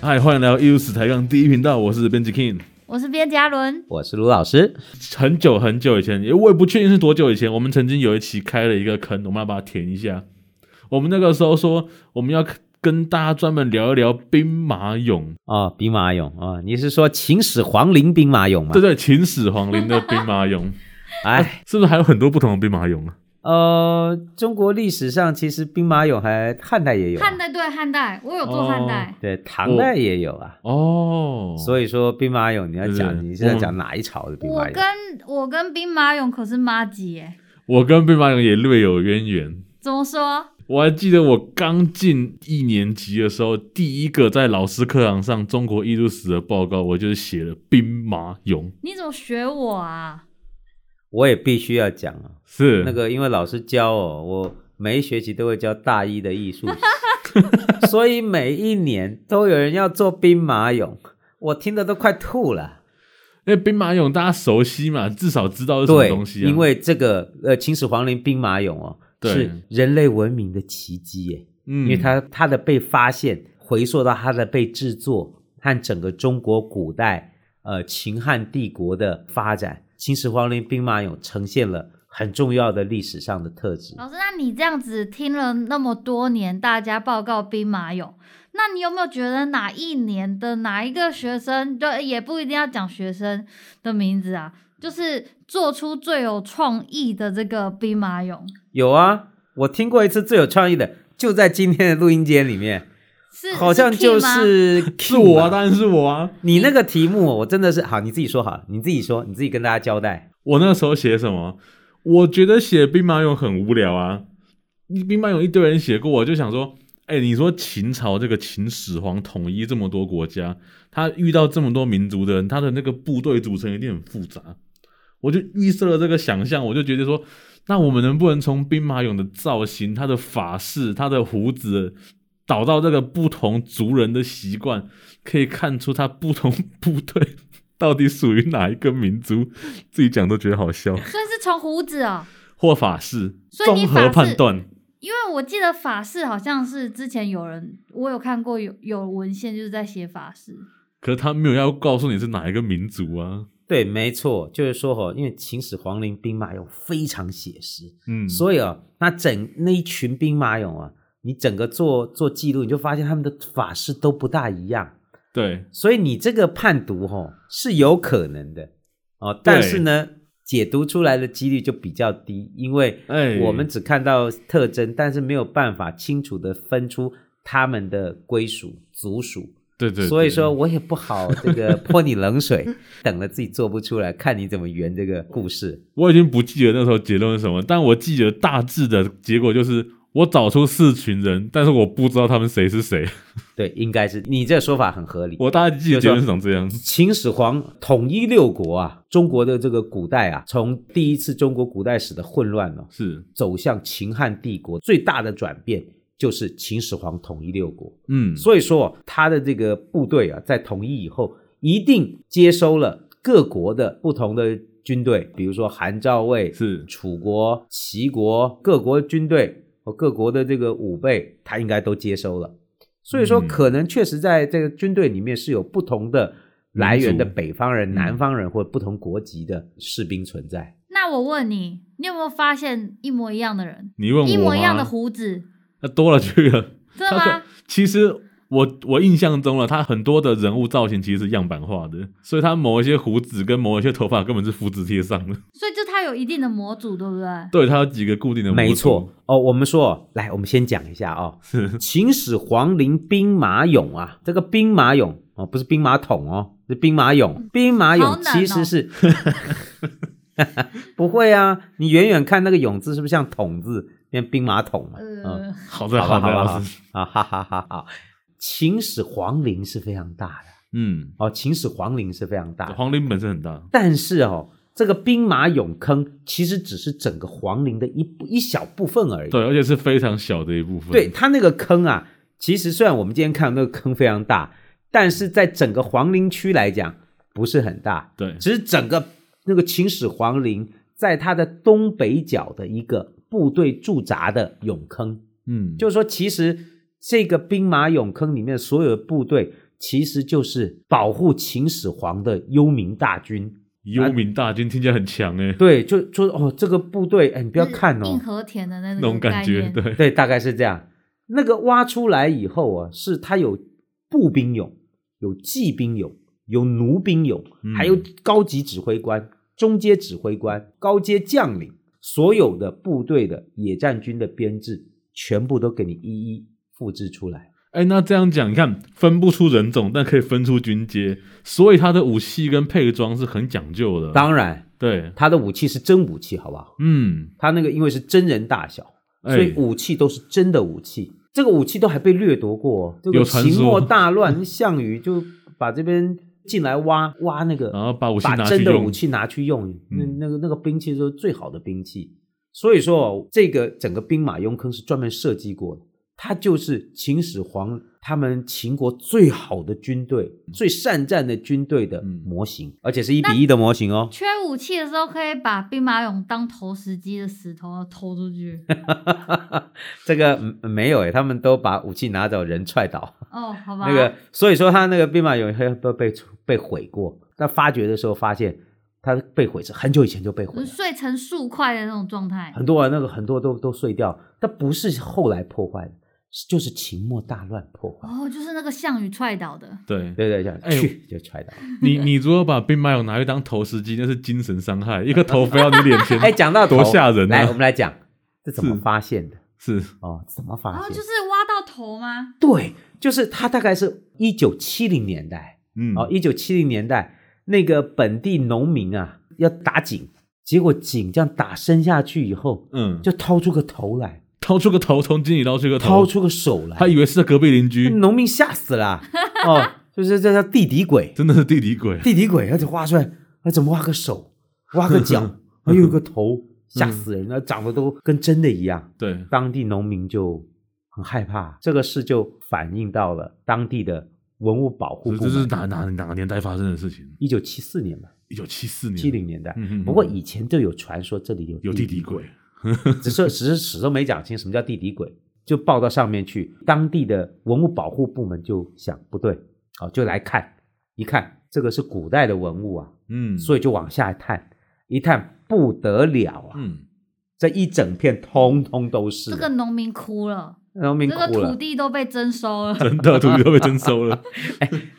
嗨，欢迎来到艺术史抬杠第一频道，我是编辑 King。我是边嘉伦，我是卢老师。很久很久以前，也我也不确定是多久以前，我们曾经有一期开了一个坑，我们要把它填一下。我们那个时候说，我们要跟大家专门聊一聊兵马 俑，哦，兵马俑哦，你是说秦始皇陵兵马俑吗对？对，秦始皇陵的兵马俑，哎，是不是还有很多不同的兵马俑啊？呃，中国历史上其实兵马俑还汉代也有啊、汉代对汉代，我有做汉代，对唐代也有啊。哦，以所以说兵马俑，你要对对讲你是在我讲哪一朝的兵我马俑？跟我跟兵马俑可是妈级耶，我跟兵马俑也略有渊源。怎么说？我还记得我刚进一年级的时候，第一个在老师课堂上中国艺术史的报告，我就是写了兵马俑，你怎么学我啊？我也必须要讲啊，是那个因为老师教哦，我每一学期都会教大一的艺术 史所以每一年都有人要做兵马俑，我听得都快吐了。因为兵马俑大家熟悉嘛，至少知道是什么对，东西啊。因为这个呃，秦始皇陵兵马俑哦，对是人类文明的奇迹耶，嗯，因为它它的被发现，回溯到它的被制作和整个中国古代呃秦汉帝国的发展，秦始皇陵兵马俑呈现了很重要的历史上的特质。嗯老师，那你这样子听了那么多年大家报告兵马俑，那你有没有觉得哪一年的哪一个学生，就也不一定要讲学生的名字啊，就是做出最有创意的这个兵马俑有啊，我听过一次最有创意的，就在今天的录音间里面，是好像 key 就吗是是我啊， King 吧当然是我啊。你那个题目，我真的是好，你自己说好了，你自己说，你自己跟大家交代。我那时候写什么？我觉得写兵马俑很无聊啊，兵马俑一堆人写过，我就想说，哎、你说秦朝这个秦始皇统一这么多国家，他遇到这么多民族的人，他的那个部队组成一定很复杂。我就预设了这个想象，我就觉得说，那我们能不能从兵马俑的造型、他的发饰、他的胡子，导到这个不同族人的习惯，可以看出他不同部队到底属于哪一个民族？自己讲都觉得好笑。所以是从胡子哦， 或法式，所以你综合法判式断，因为我记得法式好像是之前有人，我有看过有有文献就是在写法式，可是他没有要告诉你是哪一个民族啊。对，没错，就是说哈、因为秦始皇陵兵马俑非常写实，嗯，所以啊，那整那一群兵马俑啊，你整个做做记录，你就发现他们的法式都不大一样，对，所以你这个判读哈、是有可能的哦，但是呢，解读出来的几率就比较低，因为哎我们只看到特征，但是没有办法清楚的分出他们的归属、族属。对对所以说对我也不好这个泼你冷水， 等了自己做不出来，看你怎么圆这个故事。我已经不记得那时候结论是什么，但我记得大致的结果就是我找出四群人，但是我不知道他们谁是谁。 对，应该是你这说法很合理。我大概记得结论是长这 样。秦始皇统一六国啊，中国的这个古代啊，从第一次中国古代史的混乱呢、是，走向秦汉帝国，最大的转变就是秦始皇统一六国。嗯，所以说他的这个部队啊，在统一以后，一定接收了各国的不同的军队，比如说韩、赵、魏、是楚国、齐国各国军队和各国的这个武备，他应该都接收了。所以说，嗯可能确实在这个军队里面是有不同的来源的民族北方人、嗯南方人或者不同国籍的士兵存在。那我问你，你有没有发现一模一样的人，你问我一模一样吗的胡子，那多了去了。真他的吗可？其实我我印象中啊了，他很多的人物造型其实是样板化的，所以他某一些胡子跟某一些头发根本是复制贴上的。所以就他有一定的模组，对不对？对，他有几个固定的模组。没错，哦，我们说，来，我们先讲一下哦，秦始皇陵兵马俑啊，这个兵马俑哦，不是兵马桶哦，是兵马俑。兵马好冷俑哦其 实是， 不会啊，你远远看那个俑字是不是像桶字变兵马桶嘛？嗯，呃，好的，好吧的，好吧老师，啊哈哈哈哈！秦始皇陵是非常大的嗯，哦，秦始皇陵是非常大的，皇陵本身很大，但是哦，这个兵马俑坑其实只是整个皇陵的一部一小部分而已。对，而且是非常小的一部分。对，它那个坑啊，其实虽然我们今天看到那个坑非常大，但是在整个皇陵区来讲不是很大，对，只是整个那个秦始皇陵在它的东北角的一个部队驻扎的俑坑，嗯，就是说，其实这个兵马俑坑里面所有的部队。其实就是保护秦始皇的幽冥大军。幽冥大军听起来很强哎、对，就就哦，这个部队，哎，你不要看硬哦，和田的那那种个感概觉念，对，对，大概是这样。那个挖出来以后啊，是它有步兵俑、有骑兵俑、有弩兵俑，嗯还有高级指挥官、中阶指挥官、高阶将领，所有的部队的野战军的编制，全部都给你一一复制出来。哎、那这样讲，你看分不出人种，但可以分出军阶，所以它的武器跟配装是很讲究的。当然，对，他的武器是真武器，好不好？嗯，他那个因为是真人大小，哎所以武器都是真的武器。这个武器都还被掠夺过、哦，这个有传说秦末大乱，项羽就把这边进来挖挖那个，然后把武器把拿去真的用武，器拿去用，那嗯那个那个兵器都是最好的兵器。所以说哦，这个整个兵马俑坑是专门设计过的，它就是秦始皇他们秦国最好的军队、最善战的军队的嗯模型，而且是一比一的模型哦。缺武器的时候，可以把兵马俑当投石机的石头投出去。这个嗯没有诶，他们都把武器拿走，人踹倒。哦，好吧。那个，所以说他那个兵马俑还都被被毁过。但发掘的时候发现，他被毁是很久以前就被毁就是了，碎成数块的那种状态。很多啊，那个很多都都碎掉。但不是后来破坏的，是就是秦末大乱破坏。哦，就是那个项羽踹倒的。对，对对，这样哎呦去就踹倒了。你你如果把兵马俑拿去当投石机，那是精神伤害，一个头飞到你脸前 ，哎，讲到头多吓人啊嗯来，我们来讲这怎么是发现的是哦？怎么然发后现？就是挖到头吗？对，就是他大概是一九七零年代。嗯，哦，一九七零年代那个本地农民啊要打井，结果井这样打深下去以后，嗯，就掏出个头来，掏出个头，从井里捞出个头，掏出个手来他，以为是隔壁邻居，农民吓 死了啊哦，就是这叫地底鬼，真的是地底鬼，地底鬼，而且挖出来，那怎么挖个手，挖 个脚，还有个头，吓死嗯人了，哎长得都跟真的一样。对，当地农民就很害怕，这个事就反映到了当地的文物保护这部这是门。哪哪哪个年代发生的事情？一九七四年吧，一九七四年，七零年代。嗯，嗯嗯，不过以前就有传说这里有有地底，鬼，只是只是始终没讲清什么叫地底鬼，就报到上面去，当地的文物保护部门就想不对，哦，就来看，一看这个是古代的文物啊，嗯，所以以就往下探，一探不得了啊，嗯，这一整片通通都是，啊这个农民哭了，农民这个哭土了，地都被征收了。真的土地都被征收了，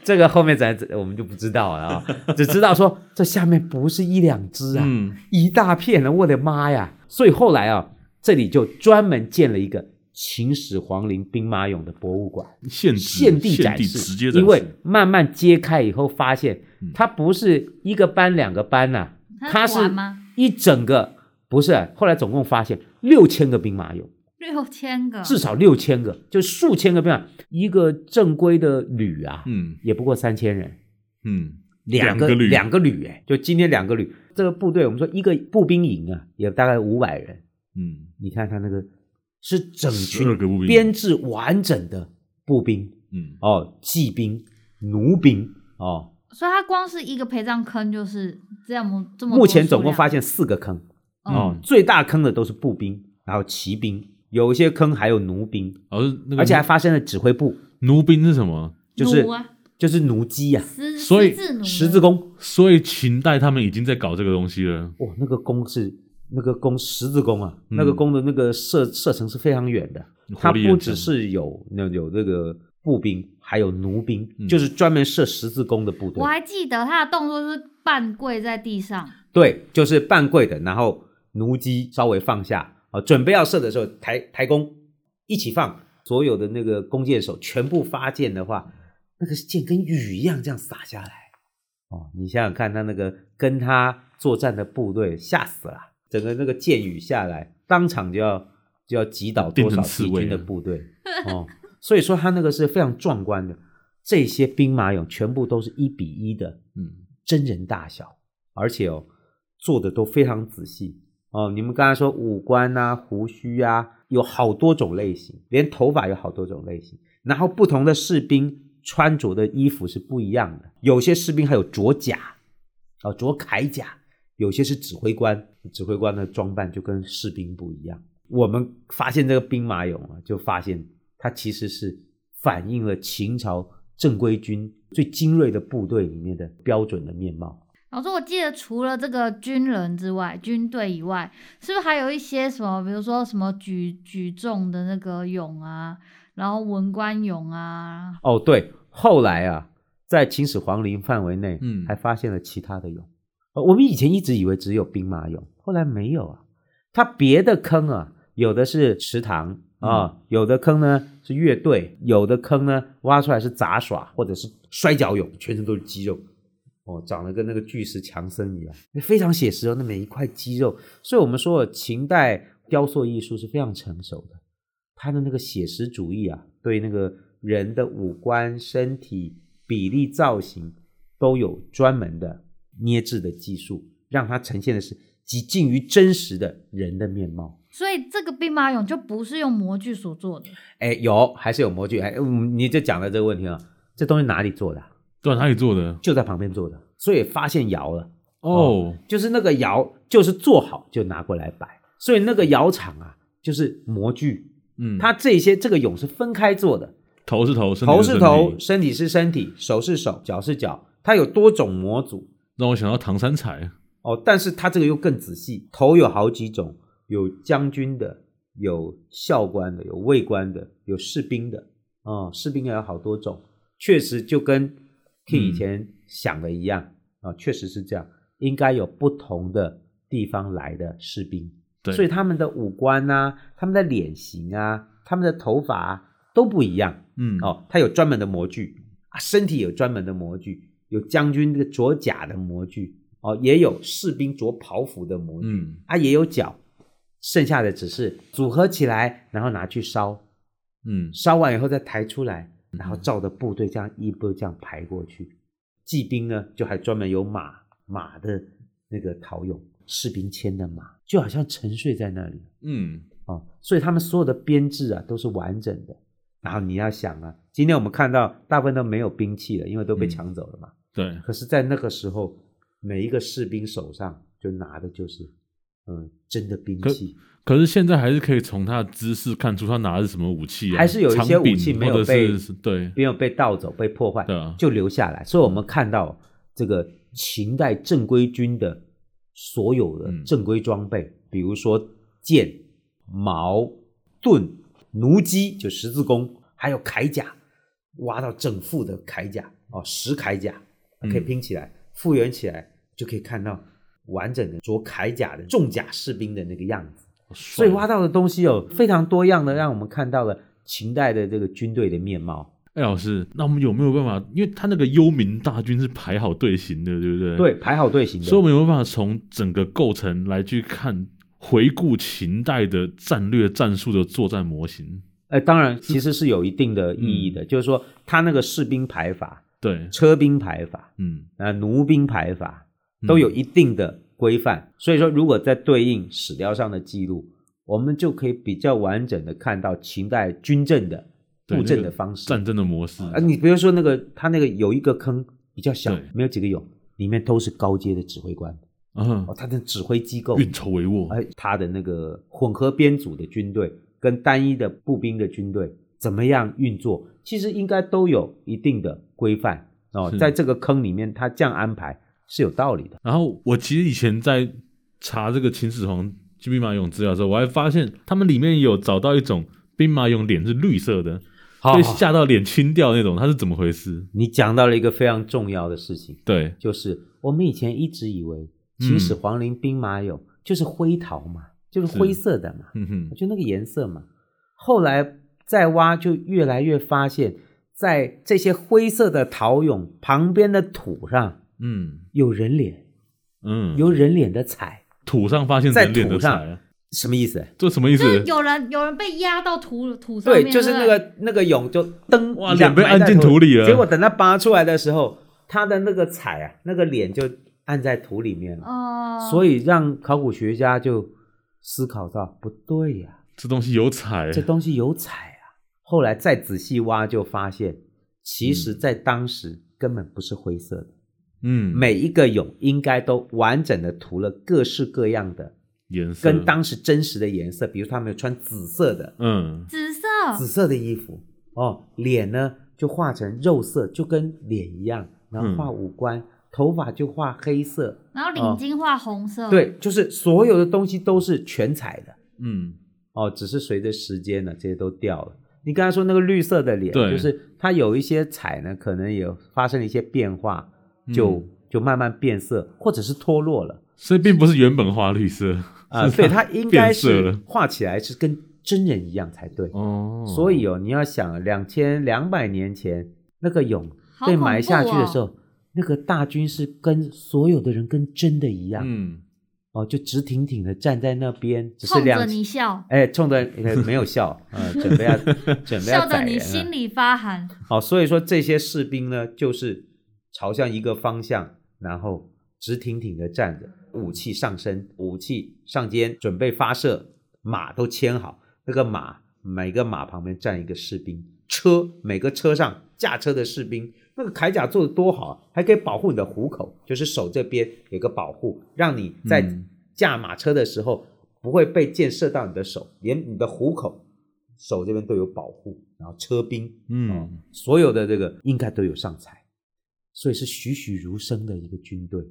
这个后面咱我们就不知道了啊、只知道说这下面不 是一两只啊，嗯，一大片了，我的妈呀！所以后来啊，这里就专门建了一个秦始皇陵兵马俑的博物馆，限制现地展示，直接展示，因为慢慢揭开以后，发现嗯它不是一个班两个班呐、它他是管吗？一整个不是。后来总共发现六千个兵马俑，六千个，至少六千个，就数千个兵马俑。一个正规的旅啊，嗯也不过三千人，嗯，两个旅，两个旅，哎，就今天两个旅。这个部队，我们说一个步兵营啊，也大概五百人。嗯，你看他那个是整12群个步兵编制完整的步兵嗯，哦，骑兵、弩兵哦。所以他光是一个陪葬坑就是这样么这么多数量。目前总共发现四个坑哦嗯，最大坑的都是步兵，然后骑兵，有一些坑还有弩兵，而是那个，而且还发生了指挥部，奴兵是什么？就是弩啊，就是弩机呀、十所以字弩呢，十字弓。所以秦代他们已经在搞这个东西了，哇、那个弓是那个弓十字弓啊，那个弓的那个射射程是非常远的。它火嗯力不很只强是有那有这个步兵，还有弩兵，嗯就是专门射十字弓的部队我。还记得他的动作是半跪在地上，对，就是半跪的，然后弩机稍微放下，啊，准备要射的时候抬抬弓，一起放，所有的那个弓箭手全部发箭的话，那个箭跟雨一样这样洒下来。哦，你想想看，他那个跟他作战的部队吓死了，整个那个箭雨下来，当场就要就要击倒多变少成刺敌猬军的了部队。哦，所以说他那个是非常壮观的，这些兵马俑全部都是一比一的嗯，真人大小，而且哦做的都非常仔细哦。你们刚才说五官呐、胡须啊，有好多种类型，连头发有好多种类型。然后不同的士兵穿着的衣服是不一样的，有些士兵还有着甲，啊、着铠甲，有些是指挥官，指挥官的装扮就跟士兵不一样。我们发现这个兵马俑啊，就发现它其实是反映了秦朝正规军最精锐的部队里面的标准的面貌。老师，我记得除了这个军人之外，军队以外，是不是还有一些什么，比如说什么举举重的那个俑啊，然后文官俑啊，哦，对，后来啊，在秦始皇陵范围内，嗯还发现了其他的俑。呃我们以前一直以为只有兵马俑，后来没有啊。它别的坑啊，有的是池塘啊、有的坑呢是乐队，有的坑呢挖出来是杂耍或者是摔跤俑，全身都是肌肉。哦，长得跟那个巨石强森一样，非常写实哦。那每一块肌肉，所以我们说秦代雕塑艺术是非常成熟的。他的那个写实主义啊，对那个人的五官、身体比例、造型都有专门的捏制的技术，让它呈现的是极近于真实的人的面貌。所以这个兵马俑就不是用模具所做的。哎，有还是有模具？哎，嗯你就讲到这个问题了，这东西哪里做的啊、对啊，哪里做的？就在旁边做的，所以发现窑了。哦，就是那个窑，就是做好就拿过来摆，所以那个窑厂啊，就是模具，嗯，它这些这个俑是分开做的，头是头，身体头是头身，体，身体是身体，手是手，脚是脚，它有多种模组让我想到唐三彩。哦。但是它这个又更仔细，头有好几种，有将军的，有校官的，有尉官的，有士兵的哦，士兵也有好多种，确实就跟 King 以前想的一样啊、哦确实是这样，应该有不同的地方来的士兵。对，所以他们的五官啊，他们的脸型啊，他们的头发、啊、都不一样。嗯，哦，它有专门的模具啊，身体有专门的模具，有将军这个着甲的模具哦，也有士兵着袍服的模具、嗯，啊，也有脚，剩下的只是组合起来，然后拿去烧，嗯，烧完以后再抬出来，然后照着部队这样一波这样排过去。骑兵呢，就还专门有马马的那个陶俑，士兵牵的马，就好像沉睡在那里。嗯，哦，所以他们所有的编制啊都是完整的。然后你要想啊，今天我们看到大部分都没有兵器了，因为都被嗯抢走了嘛。对，可是，在那个时候，每一个士兵手上就拿的就是，嗯，真的兵可器，可是现在还是可以从他的姿势看出他拿的是什么武器啊，还是有一些长柄武器没有或者被是是对，没有被盗走、被破坏对啊，就留下来。所以我们看到这个秦代正规军的所有的嗯正规装备，比如说剑、矛、盾、弩机，就十字弓，还有铠甲，挖到整副的铠甲哦，十铠甲嗯可以拼起来、复原起来，就可以看到完整的着铠甲的重甲士兵的那个样子。所以挖他，到的东西有非常多样的，让我们看到了秦代的这个军队的面貌。哎，老师，那我们有没有办法？因为他那个幽冥大军是排好队形的，对不对？对，，排好队形的。所以我们有没有办法从整个构成来去看回顾秦代的战略战术的作战模型？呃，当然其实是有一定的意义嗯的，就是说他那个士兵排法、对，车兵排法、嗯，呃奴兵排法都有一定的规范，所以说如果在对应史料上的记录，我们就可以比较完整的看到秦代军政的对布阵那的个方式。战争的模式。啊，你比如说那个他那个有一个坑比较小对，没有几个俑，里面都是高阶的指挥官嗯哦，，他的指挥机构运筹帷幄。哎，他的那个混合编组的军队跟单一的步兵的军队怎么样运作，其实应该都有一定的规范哦是。在这个坑里面，他这样安排是有道理的。然后我其实以前在查这个秦始皇军兵马俑资料的时候，我还发现他们里面有找到一种兵马俑脸是绿色的，被吓到脸青掉那种，它是怎么回事？你讲到了一个非常重要的事情，对，就是我们以前一直以为秦始皇陵兵马俑就是灰陶嘛，就是嗯是灰色的嘛，嗯哼，就那个颜色嘛。后来再挖，就越来越发现，在这些灰色的陶俑旁边的土上嗯有人脸。嗯，由人脸的彩，土上发现人脸的在土上彩啊，什么意思？这什么意就是思？有人有人被压到土土上面，对，就是那对不对个那个俑就噔，哇一下脸被埋在按进土里了结果等他拔出来的时候，他的那个彩啊，那个脸就按在土里面了。哦，所以以让考古学家就思考到，不对呀、这东西有彩，这东西有彩啊。后来再仔细挖，就发现，其实在当时根本不是灰色的，嗯，每一个俑应该都完整的涂了各式各样的，颜色跟当时真实的颜色，比如他们有穿紫色的，嗯紫色紫色的衣服哦，脸呢就画成肉色，就跟脸一样，嗯然后画五官，头发就画黑色，然后领巾画红色，，嗯对，就是所有的东西都是全彩的嗯，哦，只是随着时间呢，这些都掉了。你刚才说那个绿色的脸，对就是它有一些彩呢，可能也发生了一些变化，嗯就、就慢慢变色，或者是脱 落了。所以并不是原本花绿色啊，是对，它它应该变色是了画起来是跟真人一样才对。哦，所以哦，你要想两千两百年前那个俑好被恐埋下怖去的哦时候，那个大军是跟所有的人跟真的一样、嗯，哦，就直挺挺的站在那边，只是冲着两你笑，哎冲着呃没有笑呃，准备要准备笑要得宰你人心了。里发寒。哦，所以说这些士兵呢，就是朝向一个方向，然后直挺挺的站着，武器上身，武器上肩，准备发射，马都牵好，那个马每个马旁边站一个士兵，车每个车上驾车的士兵，那个铠甲做的多好啊，还可以保护你的虎口，就是手这边有个保护，让你在嗯驾马车的时候不会被箭射到你的手，连你的虎口。手这边都有保护，然后车兵，嗯哦所有的这个应该都有上彩，所以是栩栩如生的一个军队，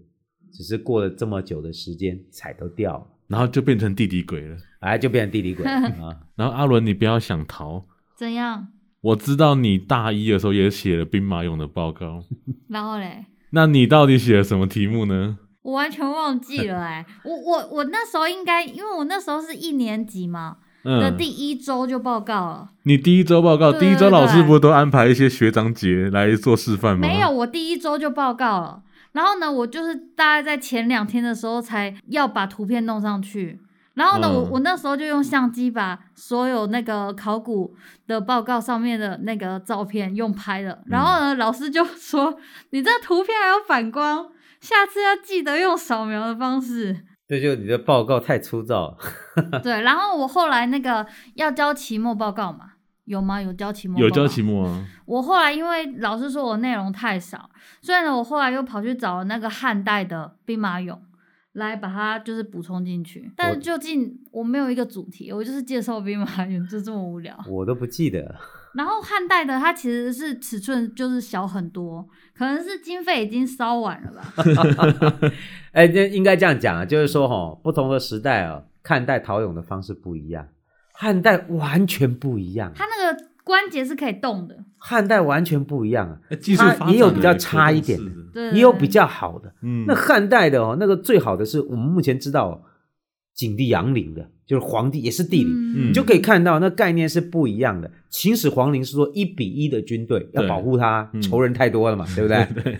只是过了这么久的时间，彩都掉了，然后就变成地底鬼了。哎，就变成地理 鬼了啊！然后阿伦，你不要想逃，怎样？我知道你大一的时候也写了兵马俑的报告， 然后嘞，那你到底写了什么题目呢？我完全忘记 了哎、我我我那时候应该，因为我那时候是一年级嘛的嗯第，一周就报告了，你第一周报告，对啊第一周老师不都安排一些学长姐来做示范吗？没有，，我第一周就报告了。然后呢，我就是大概在前两天的时候才要把图片弄上去。然后呢，我嗯我那时候就用相机把所有那个考古的报告上面的那个照片用拍的。然后嗯呢，老师就说：“你这图片还有反光，下次要记得用扫描的方式。” 这就你的报告太粗糙了，对，然后我后来那个要交期末报告嘛，有吗？有交期末？有交题。目啊，我后来因为老师说我内容太少，所以呢，我后来又跑去找了那个汉代的兵马俑来把它就是补充进去，但是究竟我没有一个主题，我就是介绍兵马俑，就这么无聊。我都不记得了。然后汉代的它其实是尺寸就是小很多，可能是经费已经烧完了吧。哎，这应该这样讲啊，就是说哈、不同的时代啊，看待陶俑的方式不一样。汉代完全不一样啊，它那个关节是可以动的，汉代完全不一样啊，哎技术发展也有比较哎差一点可的动式的对，也有比较好的，嗯，那汉代的哦，那个最好的是我们目前知道哦景帝杨陵的，就是皇帝也是帝陵，嗯你就可以看到那概念是不一样的。秦始皇陵是说一比一的军队要对保护他嗯，仇人太多了嘛，对不对？对，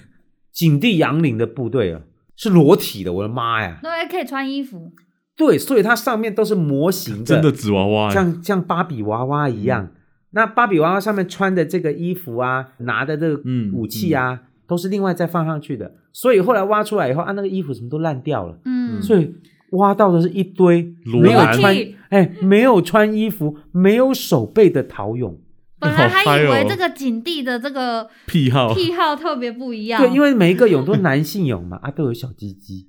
景帝杨陵的部队啊是裸体的，我的妈呀！对，还可以穿衣服。对，所以它上面都是模型真的嗯纸娃娃哎，像像芭比娃娃一样。那芭比娃娃上面穿的这个衣服啊，拿的这个嗯武器啊，都是另外再放上去的。所以后来挖出来以后，啊，那个衣服什么都烂掉了。嗯，所以挖到的是一堆裸没有男穿裸体，哎，没有穿衣服、没有手背的陶俑。本来还好嗨以为哦这个景帝的这个癖好癖好特别不一样，对，因为为每一个俑都是男性俑 嘛，啊，都有小鸡鸡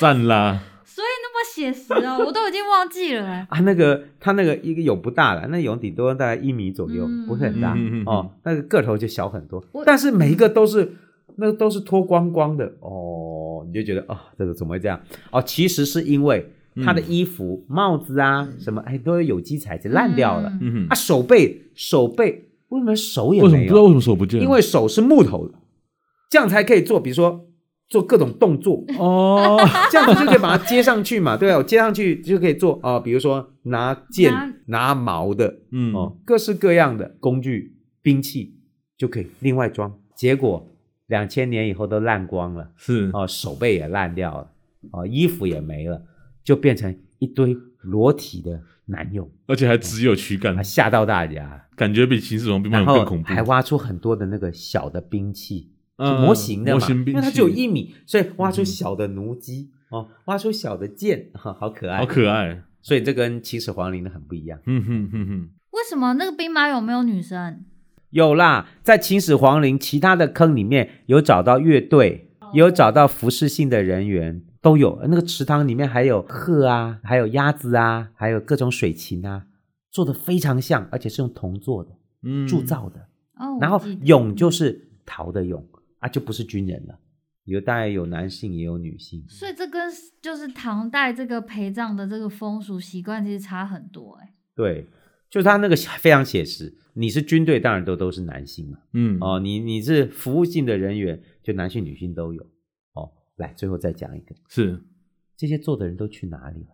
赞啦，所以那么写实哦，我都已经忘记了欸。啊。那个他那个一个俑不大了，那俑顶多大概一米左右，嗯不是很大、嗯嗯嗯哦，那个个头就小很多我。但是每一个都是那都是脱光光的哦，你就觉得哦，这个怎么会这样？哦，其实是因为他的嗯衣服、帽子啊什么，哎，都有有机材质烂掉了。嗯嗯啊，，手背手背为什么手也为什么没不知道有？为什么手不见了？因为手是木头的，这样才可以做，比如说做各种动作， 哦，这样子就可以把它接上去嘛，对吧、我啊接上去就可以做啊、呃比如说拿剑、拿矛的，嗯哦，各式各样的工具、兵器就可以另外装。结果两千年以后都烂光了，是哦，手背也烂掉了，哦，衣服也没了，就变成一堆裸体的男友而且还只有躯干啊，，吓到大家了。感觉比秦始皇兵马然俑后更恐怖，还挖出很多的那个小的兵器，嗯是模型的嘛，模型兵器嗯因为它只有一米，所以挖出小的弩机、哦，挖出小的剑，哈，好可爱，好可爱，所以这跟秦始皇陵的很不一样。嗯哼哼哼，为什么那个兵马俑没有女生？有啦，在秦始皇陵其他的坑里面有找到乐队，哦也有找到服饰性的人员，都有。那个池塘里面还有鹤啊，还有鸭子啊，还有各种水禽啊，做的非常像，而且是用铜做的，嗯，铸造的。哦，然我后记得勇就是逃的勇啊，就不是军人了。有大概有男性也有女性，所以这跟就是唐代这个陪葬的这个风俗习惯其实差很多哎、对，就是他那个非常写实。你是军队，当然都都是男性嘛，嗯，哦，你你是服务性的人员，就男性女性都有。哦，来，最后再讲一个，是这些做的人都去哪里了？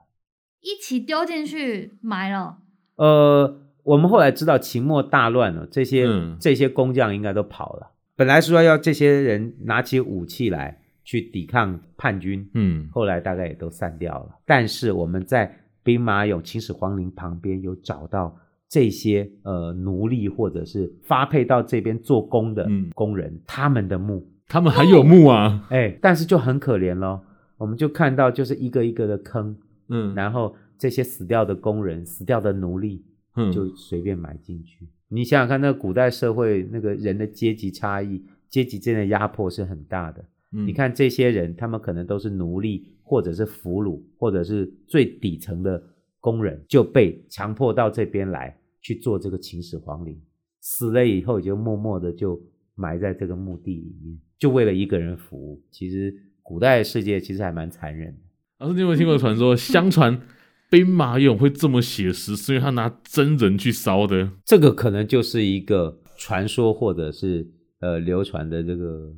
一起丢进去埋了。呃，我们后来知道秦末大乱了，这些、嗯这些工匠应该都跑了。本来说要这些人拿起武器来去抵抗叛军，嗯后来大概也都散掉了。但是我们在兵马俑秦始皇陵旁边有找到这些呃奴隶或者是发配到这边做工的嗯工人、他们的墓，他们还有墓啊，哎，但是就很可怜咯，我们就看到就是一个一个的坑，嗯然后这些死掉的工人、死掉的奴隶嗯，就随便埋进去。你想想看，那个古代社会那个人的阶级差异、阶级之间的压迫是很大的。你你，看这些人，他们可能都是奴隶，或者是俘虏，或者是最底层的工人，就被强迫到这边来去做这个秦始皇陵。死了以后，也就默默的就埋在这个墓地里面，就为了一个人服务。其实古代世界其实还蛮残忍的。老师，你有没有听过传嗯说？相传兵马俑会这么写实，是因为他拿真人去烧的。这个可能就是一个传说，或者是呃流传的这个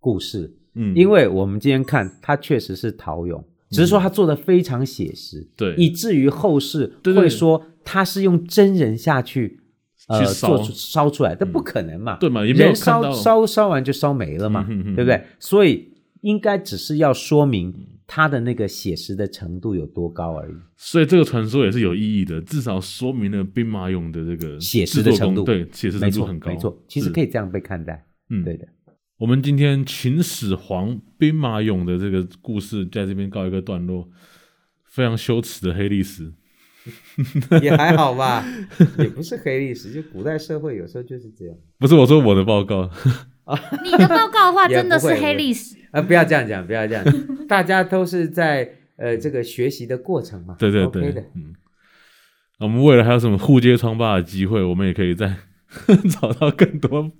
故事。嗯，因为我们今天看，它确实是陶俑，只是说它做的非常写实，对以至于后世对对会说它是用真人下去呃去烧嗯做出烧出来，但不可能嘛，对嘛也没有人看到烧烧烧完就烧没了嘛，嗯哼嗯哼对不对？所以应该只是要说明它的那个写实的程度有多高而已。所以这个传说也是有意义的，至少说明了兵马俑的这个写实制的作程工度对写实没程度错，很高，没错，其实是可以这样被看待，嗯对的。我们今天秦始皇兵马俑的这个故事在这边告一个段落，非常羞耻的黑历史。 也还好吧，也不是黑历史，就古代社会有时候就是这样。不是我说我的报告，你的报告的话 也真的不是会黑我历史，啊，不要这样讲，不要这样讲， 大家都是在呃这个学习的过程嘛。对对 o k 对的。嗯，我们未来还有什么互揭疮疤的机会，我们也可以再 找到更多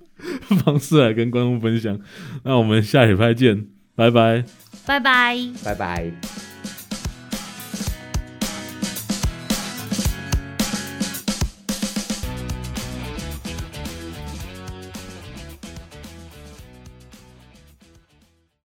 方式来跟观众分享。那我们下礼拜见，拜拜。拜拜。拜拜。